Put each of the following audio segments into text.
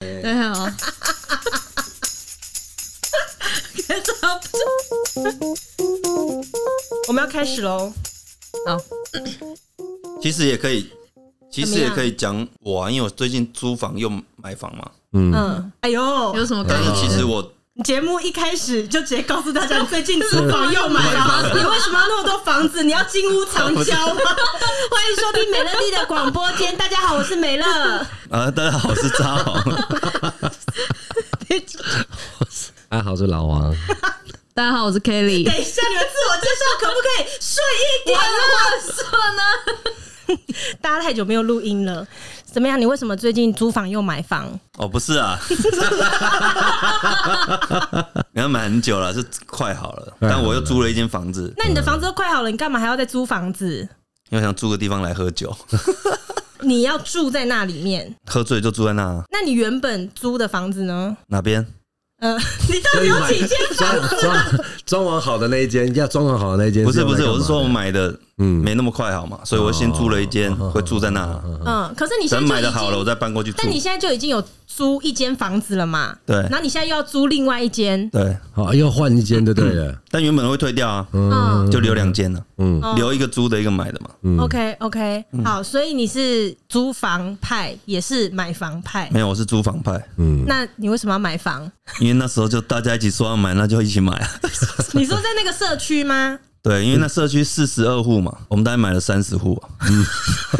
啊 们要开始喽。其实也可以，其怎实么也样可以讲我、啊，因为我最近租房又买房嘛，嗯，嗯，哎呦，有什么概但是念？其实我你节目一开始就直接告诉大家，你最近租房又买房， 你为什么要那么多房子？你要金屋藏娇吗？ 欢迎收听美乐蒂的广播间，大家好，我是美 乐。啊，大家好，我是扎豪，哦大家好，我是老王。大家好，我是 Kelly 等。一下，你们自我介绍可不可以顺一点？啊大家太久没有录音了，怎么样？你为什么最近租房又买房？ 哦，不是啊， 你要买很久了，是快好了，快好但了我又租了一间房子，那你的房子都快好了，你干嘛还要再租房子？因为我想租个地方来喝酒，你要住在那里面？喝醉就住在那那你原本租的房子呢？哪边，嗯、 你到底有几间装房？装装潢好的那一间，要装潢好的那一间。不是不是，要来干嘛我是说我买的，嗯没那么快好嘛，所以我先租了一间，哦会住在那，啊嗯，可是你现在等就买已的经好了，我再搬过去住但，你现在就已经有租一间房子了嘛？对然后你现在又要租另外一间，对，好，哦又换一间就对了。但原本会退掉啊，嗯就留两间了，嗯哦留一个租的，一个买的嘛， ，OK OK，好，嗯所以你是租房派，也是买房派。没有，我是租房派。嗯，那你为什么要买房？ 因为那时候就大家一起说要买，那就一起买 啊。你说在那个社区吗？对，因为那社区四十二户嘛，我们大概买了三十户啊。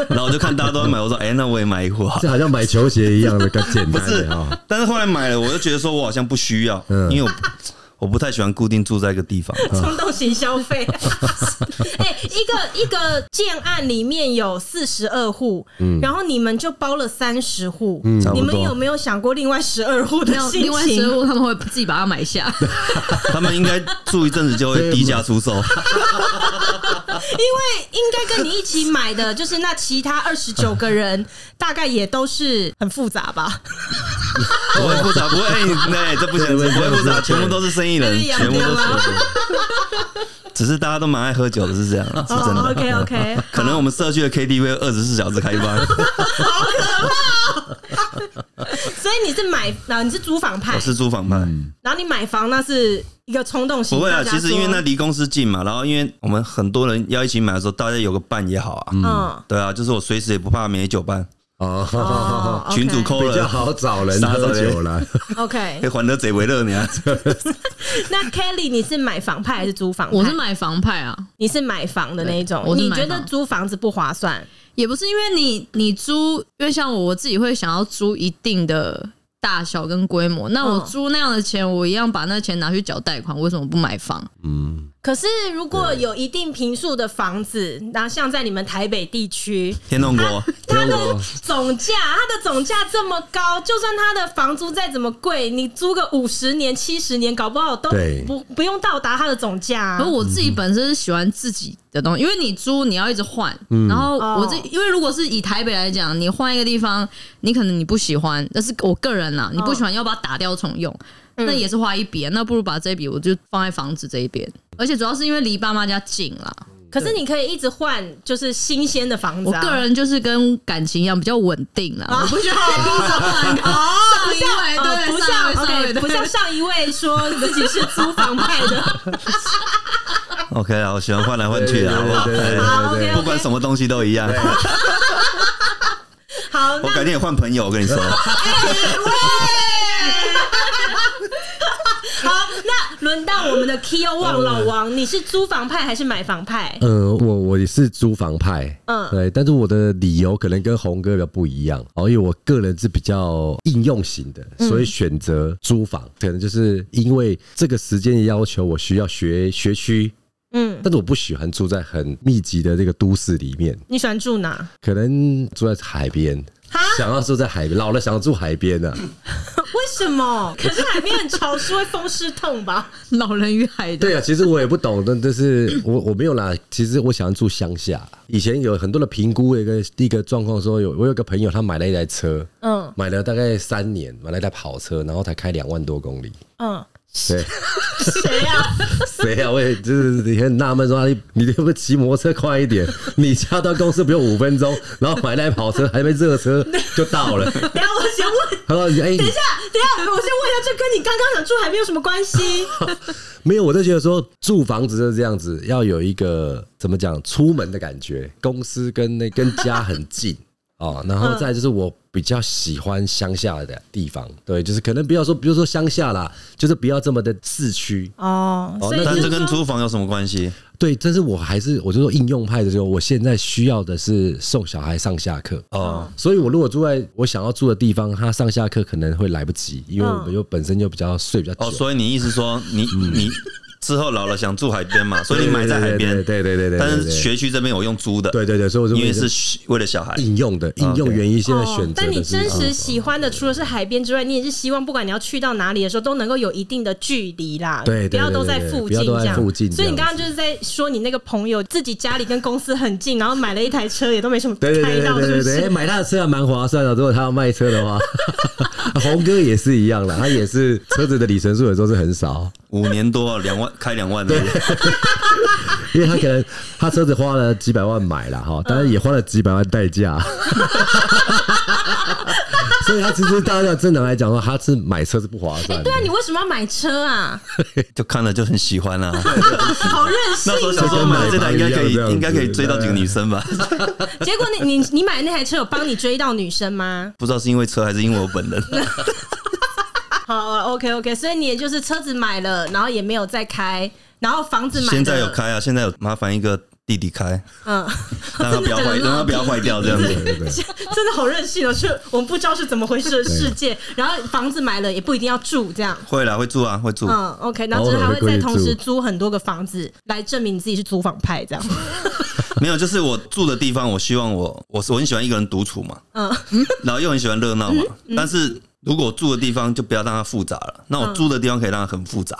然后我就看大家都在买， 我说：“哎、那我也买一户啊。 这好像买球鞋一样的，更简单的啊。”但是后来买了，我就觉得说我好像不需要，嗯因为我我不太喜欢固定住在一个地 方。冲动型消 费。哎、一个一个建案里面有四十二户，然后你们就包了三十户，嗯差你不们有多，没有想过另外十二户的没有，心另外情食？物他们会自己把它买下。他们应该住一阵子就会低价出 售。因为应该跟你一起买 的，就是那其他二十九个人，大概也都是很复杂吧？不会复杂，不会，哎、这不 行，这不会哎复杂，全部都是生意人，全部都是。只是大家都蛮爱喝酒的，是这样， 是真哦的。 ，OK OK，可能我们社区的 KTV 二十四小时开放。所以你是买，啊，你是租房派我，是租房派，嗯然后你买房那是一个冲动型。不会啊。大家其实说因为那离公司近嘛，然后因为我们很多人要一起买的时候，大家有个伴也好啊。嗯。对啊，就是我随时也不怕没酒伴，哦，哦，OK， 群主扣 比较了，好找人喝酒了。 OK， 可以还得贼为乐你啊。那 Kelly 你是买房派还是租房派？我是买房派啊，你是买房的那一种对，我是你买觉房得租房子不划算？也不是因为你你租，因为像我我自己会想要租一定的大小跟规模。那我嗯租那样的钱，我一样把那钱拿去缴贷款，为什么不买房？嗯，可是如果有一定平数的房子，然后像在你们台北地区，天 龙国，它天的龙总价，它的总价这么高，就算它的房租再怎么贵，你租个五十年、七十年，搞不好都对不不用到达它的总价、啊可。我自己本身是喜欢自己的东西，因为你租你要一直换，然后我这哦因为如果是以台北来讲，你换一个地方，你可能你不喜欢，但是我个人啦，你哦不喜欢要把它打掉重用，嗯那也是花一笔啊，那不如把这一笔我就放在房子这一边，而且主要是因为离爸妈家近啦，可是你可以一直换，就是新鲜的房我子、啊。啊个人就是跟感情一样比较稳定啦，我不需要啊一定找换一个上一位哦对，不上像一位上一位 OK，不像对上一位说自己是租房派的。 ，OK 啊，我喜欢换来换去的，好不好对对对对好对 OK，对不管什么东西都一样。好， 我那改天也换朋友，我 跟你说，好，那轮到我们的 Kyo 旺老王，你是租房派还是买房派？呃，我我也是租房派，嗯嗯，对，但是我的理由可能跟红哥的不一样哦，因为我个人是比较应用型的，嗯所以选择租房，可能就是因为这个时间的要求，我需要学学区。嗯，但是我不喜欢住在很密集的这个都市里面，你喜欢住哪？可能住在海边哈，想要住在海边，老了想要住海边呢、啊。为什么？可是海边很潮湿，会风湿痛吧？ 老人与海的，对啊，其实我也不懂，但但是我我没有啦。其实我想要住乡下，以前有很多的评估的一个一个状况，说有我有个朋友他买了一台车，嗯买了大概三年，买了一台跑车，然后才开两万多公里。嗯，对，谁啊呀？谁啊？我也就是也很纳闷，说啊你你可不可以骑摩托车快一点？ 你家到公司不用五分钟，然后买那台跑车还没热车就到了。等一下我先问，他说：“哎、等一下，等一下，我先问一下，这跟你刚刚想住海边有什么关系？没有，我就觉得说住房子就是这样子，要有一个怎么讲出门的感觉，公司跟那跟家很近哦。然后再来就是我比较喜欢乡下的地方，对，就是可能不要说，比如说乡下啦，就是不要这么的市区。哦，所以那但就是这跟说租房有什么关系？对，但是我还是我就说应用派的时候，我现在需要的是送小孩上下课哦，所以我如果住在我想要住的地方，他上下课可能会来不及，因为我们就本身就比较睡比较久。哦，所以你意思说你嗯你之后老了想住海边嘛，所以你买在海边，对对对对对对对对但是学区这边我用租的，对对对，所以我就因为是为了小孩。应用的应用原因现在选择的是、哦但嗯你真实喜欢的，除了是海边之外，你也是希望不管你要去到哪里的时候，都能够有一定的距离啦，对对不要都在附近对对对不要这都在样。附近所以你这刚样刚就是在说你那个朋友自己家里跟公司很近，然后买了一台车，也都没什么对对开对对到，对是对不对，是？买他的车还蛮划算的。如果他要卖车的话，红哥也是一样的，他也是车子的里程数有时候是很少，五年多两万开两万的，因为他可能他车子花了几百万买了哈，当然也花了几百万代价。所以他其实大家正常来讲说，他是买车是不划算的。对啊，你为什么要买车啊？ 就看了就很喜欢啊。好任性那时候哦、想说买了这台应该可以这跟买房一样这样，子应该可以追到几个女生吧？ 结果你你你买那台车有帮你追到女生吗？ 不知道是因为车还是因为我本人。好，OK OK，所以你也就是车子买了，然后也没有再开，然后房子买了，现在有开啊，现在有麻烦一个弟弟 开，嗯，让他不要坏，让他不要坏掉这样对子。对 对，真的好任性哦，是我们不知道是怎么回事的世界。然后房子买了也不一定要住，这样。会啦，会住啊，会住。嗯，OK，然后就是还会再同时租很多个房子来证明你自己是租房派，这样。没有，就是我住的地方，我希望我我是我很喜欢一个人独处嘛，嗯， 然后又很喜欢热闹嗯嘛。但是如果我住的地方就不要让它复杂了，那嗯我住的地方可以让它很复杂，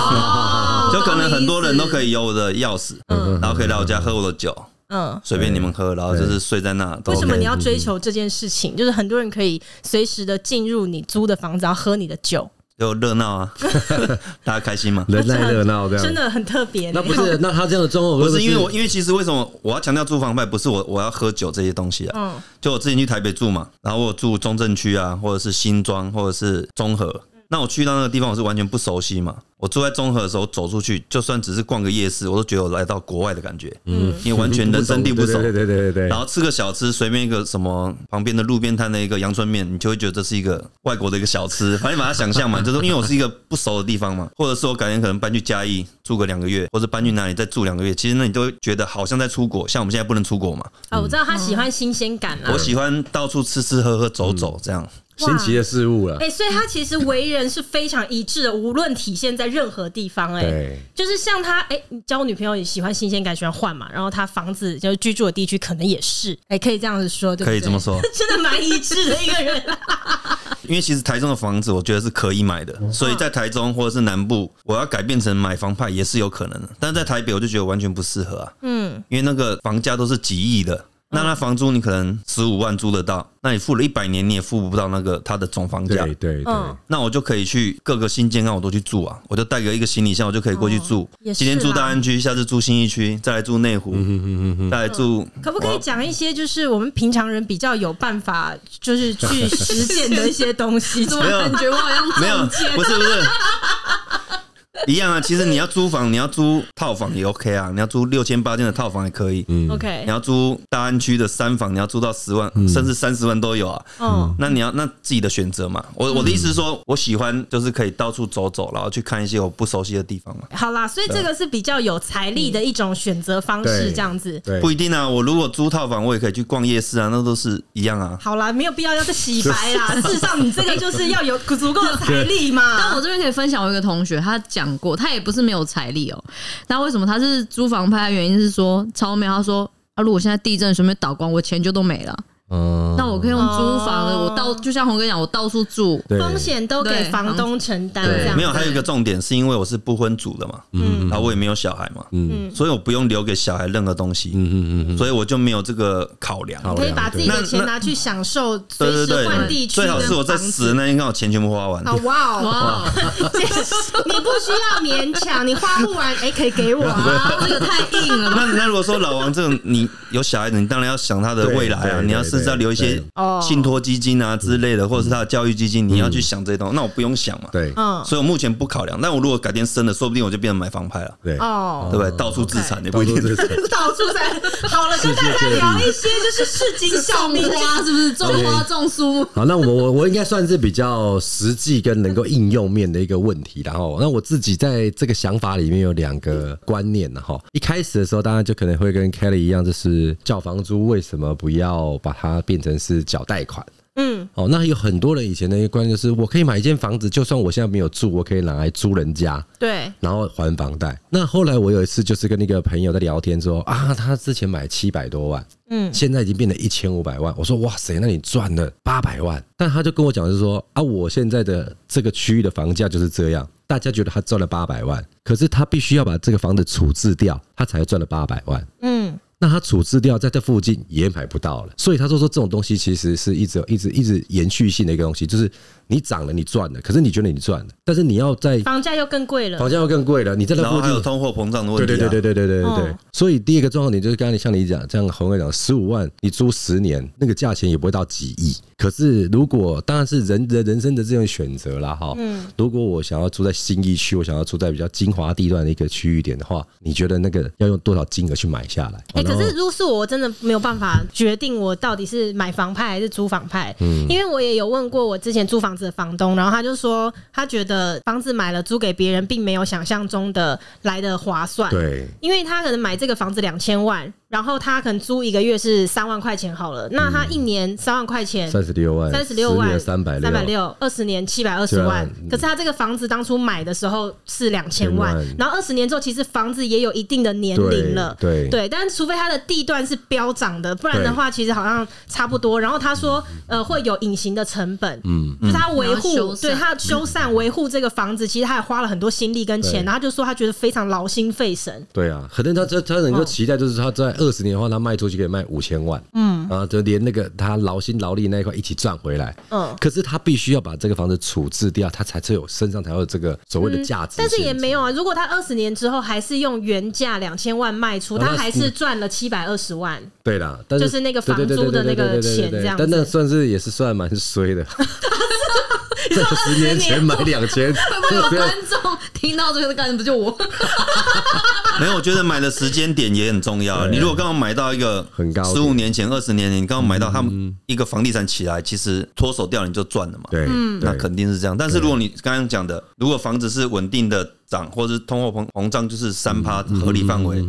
哦就可能很多人都可以。以有我的钥匙，嗯然后可以来我家喝我的酒，嗯，随便你们喝，然后就是睡在那都为什么 OK。你要追求这件事情？就是很多人可以随时的进入你租的房子，然后喝你的酒，就热闹啊，大家开心 嘛。人来热闹这样。真的很特别。啊那不是，嗯那他这样的状况，不会是因为我，因为其实为什么我要强调住房派，不是我我要喝酒这些东西啊。嗯就我之前去台北住嘛，然后我住中正区啊，或者是新庄，或者是中和。那我去到那个地方，我是完全不熟悉嘛。我住在中和的时候，走出去，就算只是逛个夜市，我都觉得我来到国外的感觉。嗯，因为完全人生地不熟。 对对对对对然对。后吃个小吃，随便一个什么旁边的路边摊的一个阳春面，你就会觉得这是一个外国的一个小吃。反正把它想象嘛，就是因为我是一个不熟的地方嘛，或者是我改天可能搬去嘉义住个两个月，或者搬去哪里再住两个月，其实呢你都会觉得好像在出国。像我们现在不能出国嘛，啊，我知道他喜欢新鲜感啦我。喜欢到处吃吃喝喝走走这样。新奇的事物了哎、，所以他其实为人是非常一致的，无论体现在任何地方、哎，对，就是像他，哎、你交女朋友也喜欢新鲜感，喜欢换嘛，然后他房子就是居住的地区可能也是，哎、可以这样子说，对不可对？以这么，说，真的蛮一致的一个人 啦。因为其实台中的房子我觉得是可以买嗯的，所以在台中或者是南部，我要改变成买房派也是有可能的。但在台北我就觉得完全不适合啊。嗯，因为那个房价都是几亿的，那那房租你可能十五万租得到，那你付了一百年你也付不到那个它的总房价对。对对，嗯那我就可以去各个新建案，我都去住啊，我就带个一个行李箱，我就可以过去住哦。也是啦嗯今天住大安区，下次住新义区，再来住内湖，再来住。哦可不可以我讲一些就是我们平常人比较有办法就是去实践的一些东 西？怎么感觉我好像没有啊中介，不是不是。一样啊，其实你要租房，你要租套房也 OK 啊，你要租六千八千的套房也可以，嗯 OK，你要租大安区的三房，你要租到十万，甚至三十万都有啊。嗯那你要那自己的选择嘛。我我的意思是说，我喜欢就是可以到处走走，然后去看一些我不熟悉的地方嘛。好啦，所以这个是比较有财力的一种选择方式，对这样子。对，不一定啊，我如果租套房，我也可以去逛夜市啊，那都是一样啊。好啦，没有必要要再洗白 啦。事实上，你这个就是要有足够的财力嘛。但我这边可以分享，我有一个同学，他讲过，他也不是没有财力哦。那为什么他是租房拍的原因是说超美，他说啊，如果现在地震随便倒光，我钱就都没了，嗯，那我可以用租房的，我到就像红哥讲，我到处住。对风险都给房东承担，对这样没有，还有一个重点是因为我是不婚族的嘛，然后我也没有小孩嘛，嗯所以我不用留给小孩任何东西，嗯嗯嗯嗯，所以我就没有这个考量。好可以把自己的钱拿去享受，随对对时换对，地区最好是我在跟房死的子。那天刚好钱全部花完。啊哇哦！哇， 你不需要勉强，你花不完，哎，可以给我啊！这个太硬了吧？那那如果说老王这种，你有小孩子，你当然要想他的未来啊，对对嗯你要是至要留一些哦信托基金啊之类的，或者是他的教育基金，你要去想这些东西。那我不用想嘛，对嗯所以我目前不考量。但我如果改天生了，说不定我就变成买房派了，对，哦对。不对？到处自产也不到一处定。都 是到处在好了，跟大家聊一些就是市井小民种花是不是？种花种树，好，那我我我应该算是比较实际跟能够应用面的一个问题，然后那我自己在这个想法里面有两个观念，然后一开始的时候，当然就可能会跟 Kelly 一样，就是缴房租为什么不要把它变成是缴贷款？嗯，哦，那有很多人以前的一个观念就是，我可以买一间房子，就算我现在没有住，我可以拿来租人家。对，然后还房贷。那后来我有一次就是跟那个朋友在聊天说啊，他之前买七百多万，嗯，现在已经变成一千五百万。我说哇塞，那你赚了八百万。但他就跟我讲就是说啊，我现在的这个区域的房价就是这样，大家觉得他赚了八百万，可是他必须要把这个房子处置掉，他才赚了八百万。嗯，那他处置掉，在这附近也买不到了，所以他说说这种东西其实是一直一直一直延续性的一个东西，就是你涨了你赚了，可是你觉得你赚了，但是你要在房价又更贵了房，价又更贵了，你在那然附后还有近通货膨胀的问对题、啊，对对对对对对对对嗯。所以第一个状况点就是刚刚你像你讲，像红哥讲，十五万你租十年，那个价钱也不会到几亿。可是如果当然是人人人生的这种选择啦哈。如果我想要住在新一区，我想要住在比较精华地段的一个区域点的话，你觉得那个要用多少金额去买下来？哎、然可后是如果是我，我真的没有办法决定我到底是买房派还是租房派，嗯因为我也有问过我之前租房子的房东，然后他就说他觉得房子买了租给别人，并没有想象中的来的划算，对因为他可能买这个房子两千万，然后他可能租一个月是三万块钱好了，那他一年三万块钱。嗯三十六万，三十六万，三百三百，六，二十年七百二十万720嗯。可是他这个房子当初买的时候是两千万1000万，然后二十年之后，其实房子也有一定的年龄了。对对对，但除非它的地段是飙涨的，不然的话，其实好像差不多。然后他说，呃，会有隐形的成本，嗯，就是他维然后护修，缮对他修缮维护这个房子，其实他也花了很多心力跟钱。然对后他就说他觉得非常劳心费神。对啊，可能他他他嗯能够期待就是他在二十年的话，他卖出去可以卖五千万，嗯，啊，就连那个他劳心劳力那一块一起赚回来，嗯可是他必须要把这个房子处置掉，他才会有身上才会有这个所谓的价值、嗯但是也没有啊，如果他二十年之后还是用原价两千万卖出，哦那他是还是赚了七百二十万。对啦，但是就是那个房租的那个钱这样子但那算是也是算蛮衰的。 在十年前买两千，会不会有观众听到这个干什不就我？ 没有，我觉得买的时间点也很重要。你如果刚好买到一个很高嗯十五年前、二十年前，你刚好买到他们一个房地产起来，其实脱手掉你就赚了嗯嘛。对，那对肯定是这样。但是如果你刚刚讲的，如果房子是稳定的涨，或者是通货膨膨胀就是三嗯趴合理范围，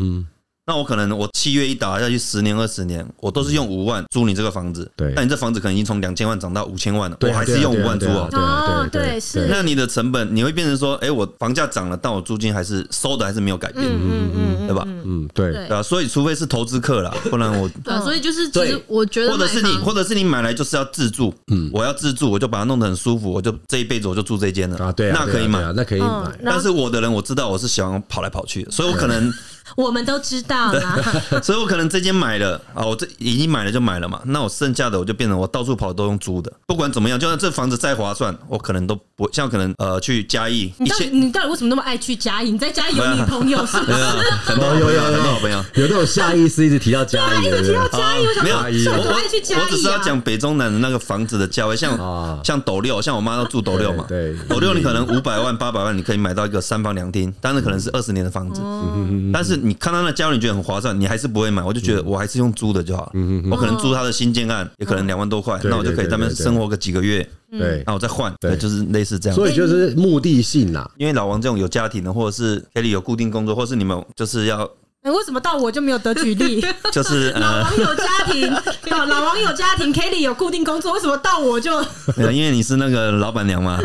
那我可能我七月一打下去，十年二十年，我都是用五万租你这个房子，对那你这房子可能已经从两千万涨到五千万了，对我啊还是用五万租对啊哦。对啊哦对啊对对，是那你的成本你会变成说，哎，我房价涨了，但我租金还是收的还是没有改变，嗯嗯嗯，对吧？嗯对，对对啊，所以除非是投资客啦，不然我。对啊，所以就是其对实我觉得或者是买你，房或者是你买来就是要自住，嗯，我要自住，我就把它弄得很舒服，我就这一辈子我就住这间了啊对啊，那对啊可以买对啊，那可以买。然但后是我的人我知道我是喜欢跑来跑去的，所以我可 能，我们都知道啦。啊所以我可能这间买了啊，我这已经买了就买了嘛，那我剩下的我就变成我到处跑都用租的，不管怎么样，就算这房子再划算，我可能都不像可能呃去嘉义你一到底千，你到底为什么那么爱去嘉义？你在嘉义有女朋友 是不对是？啊，很多好哦有朋有友，有很多好朋友。 有那种下意识一直提到家里，对不对嘉义，我想没有，说嘉义是啊不我是都爱去嘉义我啊。我只是要讲北中南的那个房子的价位，像啊像斗六，像我妈都住斗六嘛，对对斗六你可能五百万、八百万，你可以买到一个三房两厅，但是可能是二十年的房子，嗯但是你看到那价位，你觉得很划算，你还是不会买，我就觉得我还是用租的就好嗯了，我可能租他的新建案，也可能两万多块，对那我就可以在那边生活个几个月，对那，我再换，对对，就是类似这样。所以就是目的性啦，因为老王这种有家庭的，或者是 Kelly 有固定工作，或是你们就是要哎为什么到我就没有得举 例？就是老呃，王有家庭， 哦老王有家庭，Kelly 有固定工作，为什么到我就 没有因为你是那个老板娘嘛，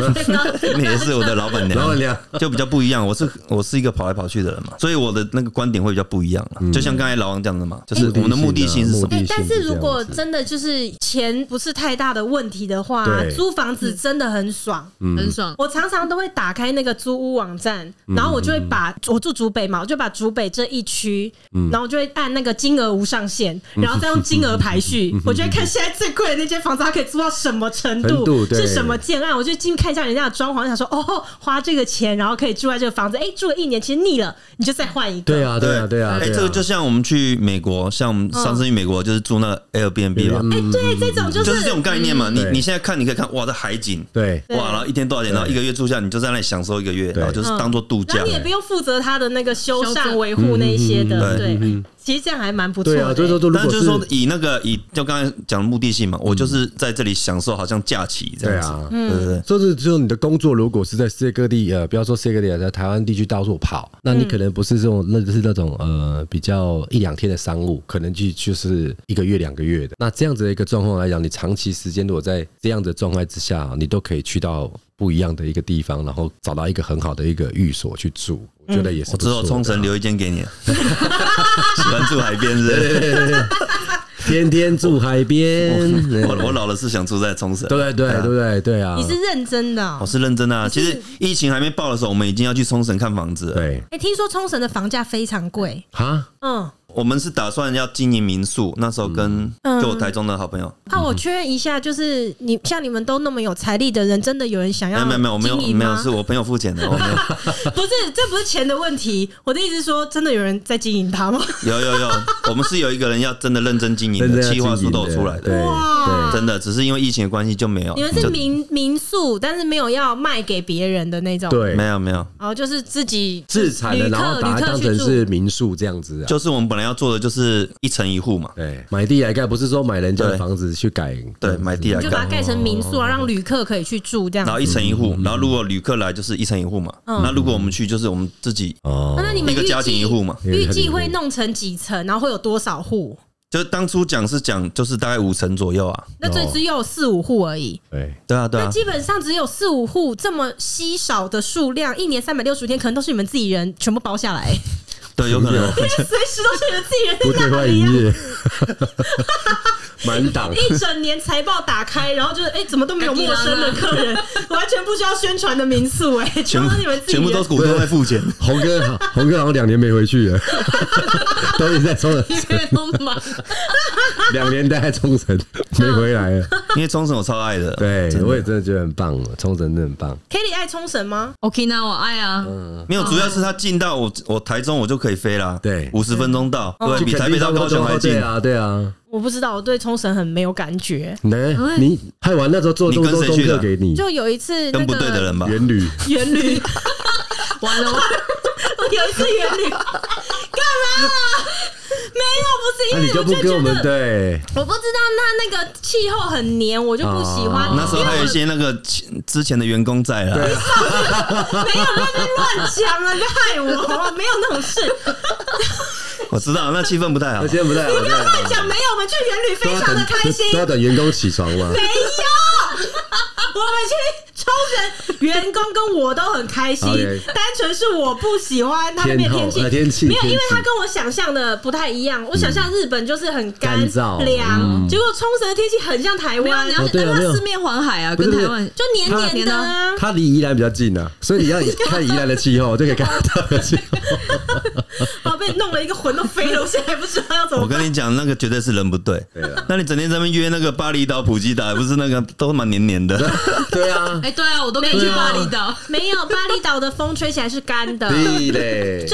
你也是我的老板娘，老板娘就比较不一样。我是我是一个跑来跑去的人嘛，所以我的那个观点会比较不一样了。就像刚才老王讲的嘛，就是我们的目的性是什嗯目么？的哎、性但是如果这样子真的就是钱不是太大的问题的话对，租房子真的很爽。嗯很爽，我常嗯常都会打开那个租屋网站，然后我就会把我住竹北嘛，我就把竹北这一区，然后就会按那个金额无上限，嗯然后再用金额排序。 我就会看现在最贵的那间房子，它可以租到什么程 程度度，对是什么建案。我就进去看一下人家的装潢，想说哦，花这个钱，然后可以住在这个房子，哎，住了一年其实腻了，你就再换一个。对啊，对啊，对啊，哎，对啊这个就像我们去美国，像我们上次去美国就是住那个 Airbnb 吧，哎，对，这种嗯就就是这种概念嘛。你对你现在看，你可以看哇，这海景，对对哇，然后一天多少钱，然后一个月住下，你就在那里享受一个月，对然后就是当做度然假后你。也不用负责他的那个修修缮缮维护那一些的，嗯对，其实这样还蛮不错对的、啊，所以说，如但果就是说，以那个以就刚才讲的目的性嘛，我就是在这里享受，好像假期这样嗯对子，啊对对对。就是只有你的工作，如果是在世界各地，呃，不要说世界各地啊，在台湾地区到处跑，那你可能不是这种，那就是那种呃比较一两天的商务，可能就就是一个月、两个月的。那这样子的一个状况来讲，你长期时间如果在这样的状态之下，你都可以去到不一样的一个地方，然后找到一个很好的一个寓所去住，我觉得也嗯是我之不错的啊。后冲绳留一间给你，喜欢住海边是不是？天天住海边， 对我我老了是想住在冲绳，对啊对对对对啊你，是认真的哦、我是认真的啊。其实疫情还没爆的时候，我们已经要去冲绳看房子了。对哎、听说冲绳的房价非常贵，啊，嗯，我们是打算要经营民宿，那时候跟嗯就我台中的好朋友，啊，我确认一下，就是你像你们都那么有财力的人，真的有人想没要有没有没有我没有嗯经营没有吗？是我朋友付钱的，我没有。 不是，这不是钱的问题，我的意思是说，真的有人在经营它吗？有有有，我们是有一个人要真的认真经营的，企划书都有出来对的，哇真的，只是因为疫情的关系就没有。 你们是就民民宿，但是没有要卖给别人的那种，，对没对。有没有，哦，就是自己自产的，旅然客后把旅它客当去成住，是民宿这样子啊，就是我们本来要做的就是一层一户嘛，对，买地来盖，不是说买人家的对房子去嗯改，对，买地来就把它盖，盖成民宿啊，让旅客可以去住这样然后一层一嗯户，然后如果旅客来就是一层一户嘛，那如果我们去就是我们自己，哦啊那嗯你们一个预家计庭一户嘛预计会弄成几层，然后会有多少户？就是当初讲是讲就是大概五层左右啊，那最只有四五户而已。对，对啊对那啊，基本上只有四五户这么稀少的数量，一年三百六十天，可能都是你们自己人全部包下来，对，有可能随时都是你们自己人不在对那外里营啊。 业，满档，一整年财报打开，然后就是哎、怎么都没有陌生的客人，完全不需要宣传的民宿、哎，全部都是你们自己全部都人是。股东在付钱，红哥，红哥好像两年没回去 了，都一直在冲绳，因为都忙，两年待在冲绳没回来了。因为冲绳我超爱的， 对，真的我也真的觉得很棒，冲绳真的很棒。 Kelly 爱冲绳吗？ Okinawa 爱啊，嗯没有，主要是他近到我我台中我就可以飞啦，对五十分钟到，哦对比去台北到高雄还近对。啊，对啊。我不知道，我对冲绳很没有感觉。来，你拍完那时候做这么多你跟功谁去课的给你，就有一次、那个跟不对的人吧，元旅元旅， 完了，我有一次元旅，干嘛啦？没有，不是因那为啊你就不哎我跟我觉们得。对，我不知道，那那个气候很黏，我就不喜欢。哦那时候还有一些那个前之前的员工在啦，没有那边乱讲啊，你害我好吧？没有那种 事，我知道那气氛不太好那。今天不在啊，不要乱讲。没有，我们去元旅非常的开心。都要等员工起床吗？没有，我们去冲绳，员工跟我都很开心 OK，单纯是我不喜欢他那边的天候气，呃天气没有，因为天气他跟我想象的不太一样。我想象日本就是很干燥凉，结果冲绳的天气很像台没有湾你，要哦对啊让嗯没有它四面环海啊，不是跟不是台湾就黏黏的 啊。它离宜兰比较近啊，所以你要看宜兰的气候，就哦可以看它的 气候。然后被弄了一个魂都飞了，我现在还不知道要怎我么办。跟你讲，那个绝对是人不对。啊对啦那你整天在那边约那个巴厘岛、普吉岛，不是那个都蛮黏黏 的。对啊，哎，对啊，我都可以去巴厘岛，没有，巴厘岛的风吹起来是干的，真对嘞。的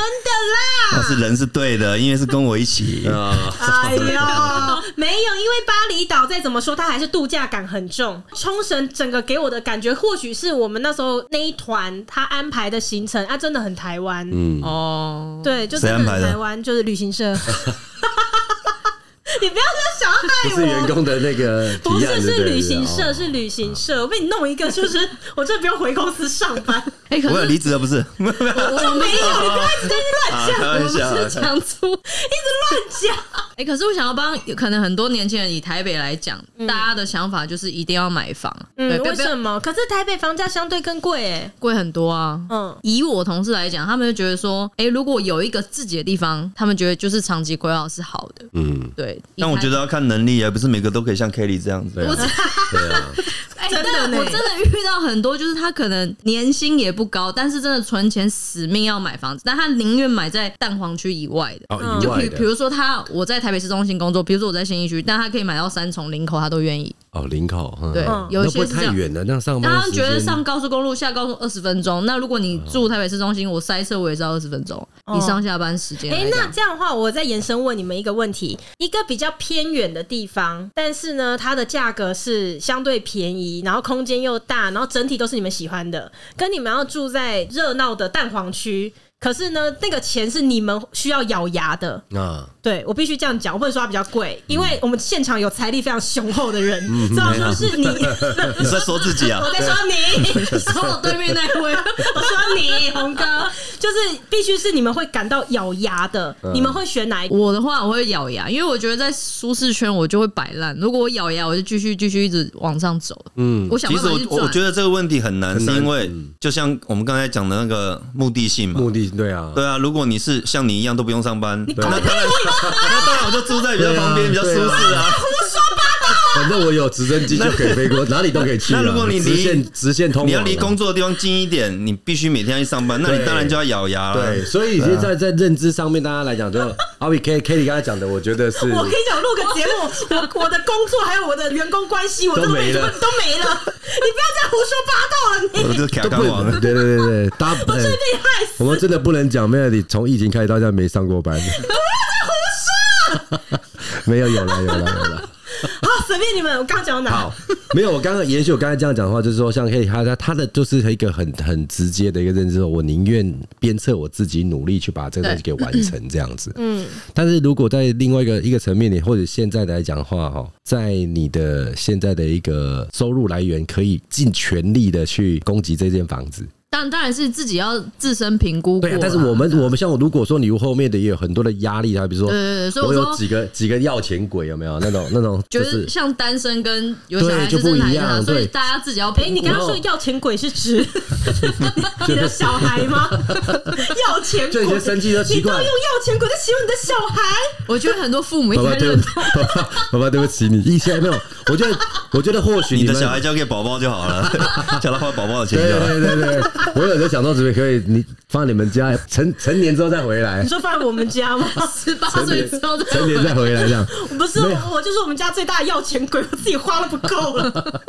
但啦。是人是对的，因为是跟我一起。啊，哎呦， 没有，因为巴厘岛再怎么说，它还是度假感很重。冲绳整个给我的感觉，或许是我们那时候那一团他安排的行程啊，真的很台湾。嗯哦，对，就真的谁安排很的台湾，就是旅行社。你不要再想要害不我，是员工的那个不提是，案是对旅行社，哦是旅行社。我被你弄一个，就是我这不用回公司上班，哎，可我有是离职了，不是？没有没有我我没没有，你有。不要一直在 啊那边乱开讲，玩笑我啊不是讲出，一直乱讲。哎、可是我想要帮，可能很多年轻人以台北来讲，大家的想法就是一定要买房，啊对，嗯，不要为不要什么？可是台北房价相对更贵哎。贵很多啊。嗯，以我同事来讲，他们就觉得说，哎、如果有一个自己的地方，他们觉得就是长期规划是好的。嗯，对，但我觉得要看能力啊，不是每个都可以像 Kelly 这样子。对啊我只对啊，哎，真的但呢我真的遇到很多，就是他可能年薪也不高，但是真的存钱死命要买房子，但他宁愿买在蛋黄区以外的。哦，意就外比比的如说他，我在台北市中心工作，比如说我在新一区，但他可以买到三重、林口，他都愿意。哦，林口，嗯对嗯，有一那不些会是这太样。远了，那上班但的他们觉得时间上高速公路、下高速二十分钟，那如果你住台北市中心，我塞车我也是要二十分钟。哦你上下班时间来哎、讲， 那这样的话，我再延伸问你们一个问题：一个比较偏远的地方，但是呢，它的价格是相对便宜，然后空间又大，然后整体都是你们喜欢的，跟你们要住在热闹的蛋黄区，可是呢，那个钱是你们需要咬牙的。啊，对我必须这样讲，我不能说它比较贵，嗯因为我们现场有财力非常雄厚的人，所以我嗯说 是你，我 你是在说自己啊？在说你。说我哦对面那位，我说你红哥，就是必须是你们会感到咬牙的，嗯你们会选哪一 个？我的话我会咬牙，因为我觉得在舒适圈我就会摆烂。如果我咬牙，我就继续继续一直往上走。嗯，我想其办实法我去我赚我觉得这个问题很难，很是难因为嗯就像我们刚才讲的那个目的性嘛。目的对啊，对啊，如果你是像你一样都不用上班，那搞当然，那当然我就住在比较旁边、比对较啊舒适啊。反正我有直升机就可以飞过，哪里都可以去啊。那如果你离直线直线通往啊，你要离工作的地方近一点，你必须每天要去上班，那你对当然就要咬牙了。对，所以现在在认知上面，大家来讲，就好比 K K 你刚才讲的，我觉得是我跟你讲，录个节目，我我的工作还有我的员工关系，我真的都没都了都没了。你不要再胡说八道了，你我啊就卡都干不王。对对对对，大家不能，被害死。我们真的不能讲 Melody 从疫情开始到现在没上过班，没有有了有了有了。好，随便你们，我刚讲到哪？好，没有，我刚刚延续我刚才这样讲的话，就是说，像 K 他他他的就是一个很很直接的一个认知，我宁愿鞭策我自己努力去把这个东西给完成这样子。嗯，但是如果在另外一个一个层面里，或者现在来讲的话哈，在你的现在的一个收入来源，可以尽全力的去攻击这间房子。当当然是自己要自身评估过对啦。啊，但是我们我们像我，如果说你后面的也有很多的压力啊，比如说，对对对所以我我有说几个几个要钱鬼有没有那种那种觉就是得像单身跟有对小孩就不真的一还是样所以对大家自己要哎、评你估刚。哦刚说要钱鬼是 指你的小孩吗？要钱就鬼，你的生气都奇你都怪用要钱鬼在形容你的小孩，我觉得很多父母应爸该爸对认不同，爸爸爸爸对不起你，以前没有，我觉得我觉得或许你的们小孩交给宝宝就好 了，叫他花宝宝的钱对就好了。对对对，我有时候想到只可以你放你们家成成年之后再回来你，说放在我们家 吗？十八成岁年之后再成年再回来这样。不是，我我就是我们家最大的要钱鬼，我自己花了不够了。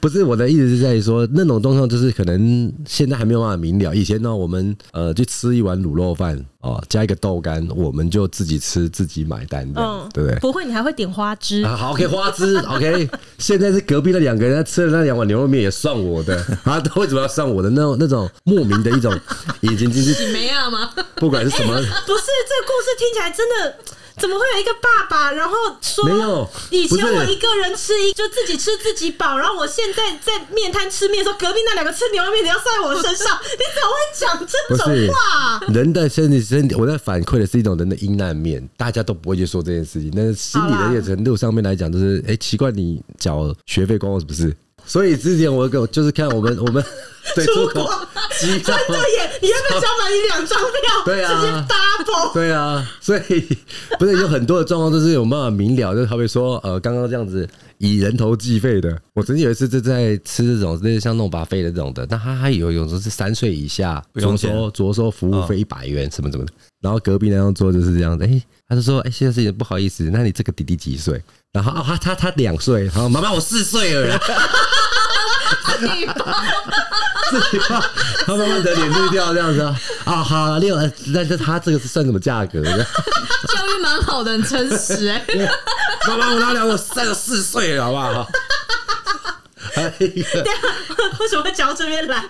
不是我的意思是在于说，那种状况就是可能现在还没有办法明了。以前呢，我们呃就吃一碗卤肉饭哦，加一个豆干，我们就自己吃自己买单这样子，对不对？嗯不会，你还会点花枝。啊，好，OK，花枝，OK。现 在是隔壁那两个人他吃了那两碗牛肉面也算我的，啊，他为什么要算我的？那种那种莫名的一种已经进去，没啊吗？ 不管是 什么，不是，这个故事听起来真的。怎么会有一个爸爸，然后说没有以前不是我一个人吃一就自己吃自己饱，然后我现在在面摊吃面的时候，隔壁那两个吃牛肉面的要算在我身上，你怎么会讲这不是种话？人的身体身体，我在反馈的是一种人的阴暗面，大家都不会去说这件事情，但是心理的一个程度上面来讲，就是哎、奇怪，你缴学费关我什么事？所以之前我跟我就是看我们我们对出出国口机票。真的耶！你原本想买你两张票， 对啊直接 double， 对啊，所以不是有很多的状况都是有办法明了，就是好比说，呃，刚刚这样子以人头计费的，我曾经有一次就在吃这种类似像那种巴菲的这种的，那他还有有时候是三岁以下，不用着钱收着收服务费一百元什么什么的，然后隔壁那张桌就是这样子，哎、他就说，哎、先生不好意思，那你这个弟弟几岁？然后哦，他他他两岁，然后妈妈我四岁了 啦，地方他慢慢的脸绿掉这样子啊，啊好六，呃但是他这个是算什么价格？教育蛮好的，很诚实 哎、妈妈，我那两个三十四岁了，好不好？哎还有一个为什么会讲到这边 来？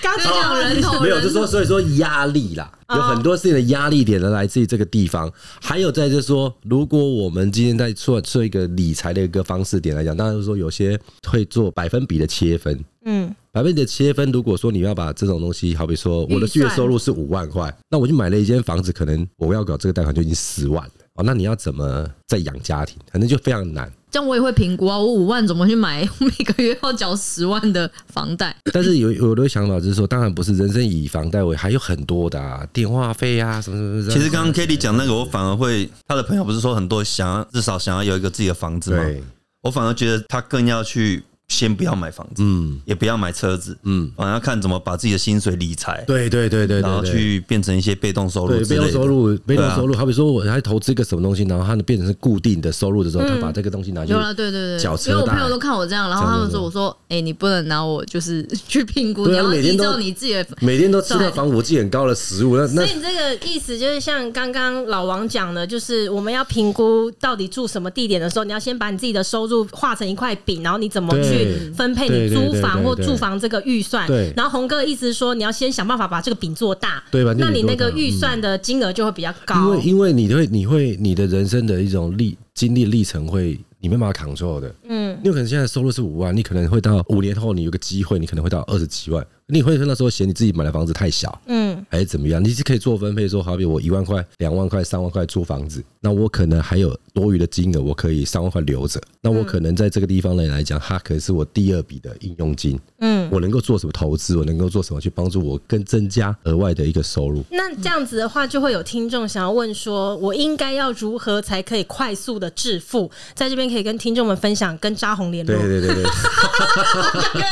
刚跟讲人头没有，就说所以说压力啦，哦有很多事情的压力点呢来自于这个地方。还有在就是说，如果我们今天在做做一个理财的一个方式点来讲，当然就是说有些会做百分比的切分，嗯，百分比的切分，如果说你要把这种东西，好比说我的预月算收入是五万块，那我就买了一间房子，可能我要搞这个贷款就已经十万了。哦，那你要怎么再养家庭？反正就非常难。这样我也会评估啊，我五万怎么去买 每个月要缴十万的房贷？但是有有的想法就是说，当然不是人生以房贷为，还有很多的、啊、电话费啊，什么什么什么。其实刚刚 k a t i e 讲那个，我反而会，他的朋友不是说很多想要至少想要有一个自己的房子吗？对，我反而觉得他更要去先不要买房子，嗯也不要买车子，嗯，反而要看怎么把自己的薪水理财，对对对对对然后对去变成一些被动收入对，之被类动收的。入，对被动啊收入，好比说我还投资一个什么东西，然后它变成是固定的收入的时候，嗯他把这个东西拿去有了，对对缴对，车因为我贷朋友都看我这样，然后他们说：“我说，哎、你不能拿我就是去评估，对你啊要每天依都照你自己的。”每天都吃到防腐剂很高的食物，那所那以你这个意思就是像刚刚老王讲的，就是我们要评估到底住什么地点的时候，你要先把你自己的收入画成一块饼，然后你怎么去对分配对你对租对房对或对住房这个预算对。然后红哥的意思是说，你要先想办法把这个饼做大，对把这个那你饼那做个大预算的金额就会比较因高为。因为你会你会你的人生的一种历经历历程会你没办法 control 的，嗯，你有可能现在收入是五万，你可能会到五年后你有个机会，你可能会到二十几万，你会那时候嫌你自己买的房子太小。嗯，还是怎么样？你是可以做分配，说好比我一万块、两万块、三万块租房子，那我可能还有多余的金额，我可以三万块留着。那我可能在这个地方呢来讲，它可能是我第二笔的应用金。嗯，我能够做什么投资？我能够做什么去帮助我更增加额外的一个收入？那这样子的话，就会有听众想要问说，我应该要如何才可以快速的致富？在这边可以跟听众们分享，跟扎红联络对。对 对对，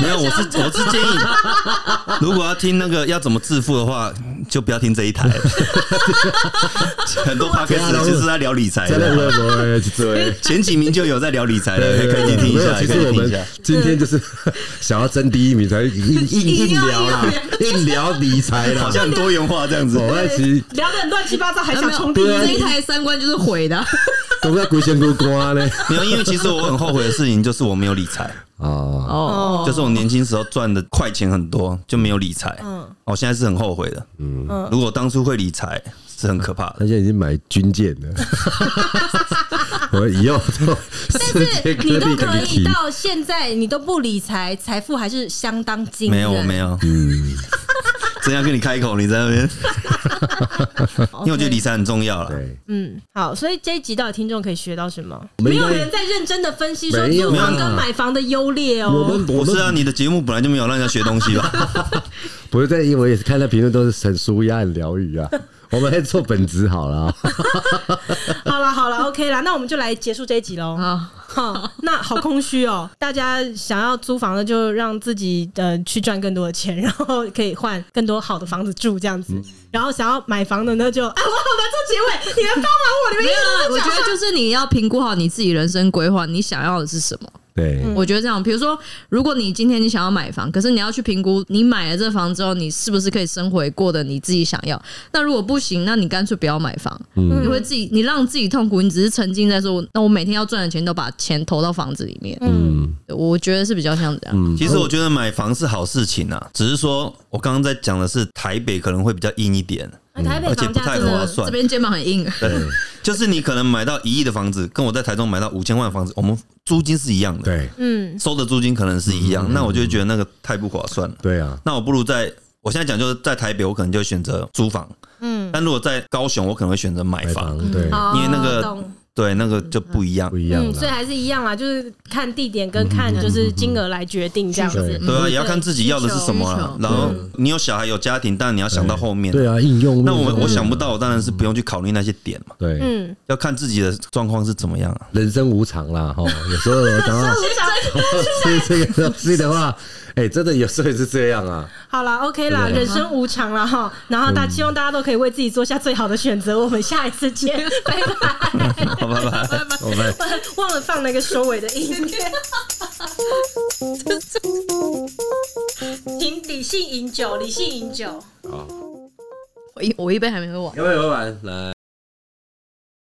没有，我是我是建议，如果要听那个要怎么致富的话，就不要听这一台。 很多 podcast 就是在聊理财真的的，我我对。前几名就有在聊理财的，可以去听一没有下，其可实以我听一们下。今天就是想要争第一名，才硬硬硬聊啦，硬聊理财啦好。像很多元化这样子。我那其实聊得很乱七八糟，还想冲第你一这一台三观就是毁的，都在鬼仙鬼瓜 呢没有，因为其实我很后悔的事情就是我没有理财，啊，哦就是我年轻时候赚的快钱很多，就没有理财。嗯嗯，我现在是很后悔的。嗯，如果当初会理财是很可怕他的。现在已经买军舰 了。我以后都世界是各你都地可跟你以提，到现在，你都不理财，财富还是相当惊人。没有，我没有。嗯， 真要跟你开口，你在那边，因为我觉得理财很重要了。对，嗯，好，所以这一集到底听众可以学到什么？我们没应有该人在认真的分析说没有租房没有跟买房的优劣我哦。们不我是啊，们你的节目本来就没有让人家学东西吧？不是在，因为我也是看到评论都是很舒压、很疗愈啊。我们还是做本职好了 啊，好了好了，OK 啦，那我们就来结束这一集喽。啊， 好，那好空虚哦。大家想要租房的，就让自己呃去赚更多的钱， 然后可以换更多好的房子住这样嗯子。然后想要买房的呢，就啊，我好难做结尾，你们帮忙我，你 没们一有直啊，我觉得就是你要评估好你自己人生规划，你想要的是什么。对，嗯我觉得这样，比如说，如果你今天你想要买房，可是你要去评估你买了这房之后，你是不是可以生活过的你自己想要。那如果不行，那你干脆不要买房，嗯你会自己你让自己痛苦，你只是沉浸在说，那我每天要赚的钱都把钱投到房子里面。嗯对我觉得是比较像这样。嗯其实我觉得买房是好事情啊，只是说我刚刚在讲的是台北可能会比较硬一点，啊台北而且房不价太真划的，算这。边肩膀很硬， 就是你可能买到一亿的房子，跟我在台中买到五千万的房子，我们租金是一样的，对嗯，收的租金可能是一样，那我就觉得那个太不划算了。对啊，那我不如在我现在讲就是在台北，我可能就选择租房，嗯，但如果在高雄，我可能会选择买买房，房对因为那个哦懂对，那个就不一样不。一样嗯，所以了，还是一样啦，就是看地点跟看就是金额来决定嗯这样子对。对啊，也要看自己要的是什么需啦求。然后你有小孩有家庭，当然你要想到后面。对啊，应用那我我想嗯不到，我当然是不用去考虑那些点嘛，对，嗯，要看自己的状况是怎么样啊。人生无常啦， 哈，有时候我讲到吃 这个东西的话，哎、真的有时候也是这样啊。好啦 o k 啦，人生无常啦哈。然后大希望大家都可以为自己做下最好的选择。我们下一次见，拜 拜。好，拜拜。我们忘了放那个收尾的音乐。请理性饮酒，理性饮酒。我一我一杯还没喝完。有没有玩来？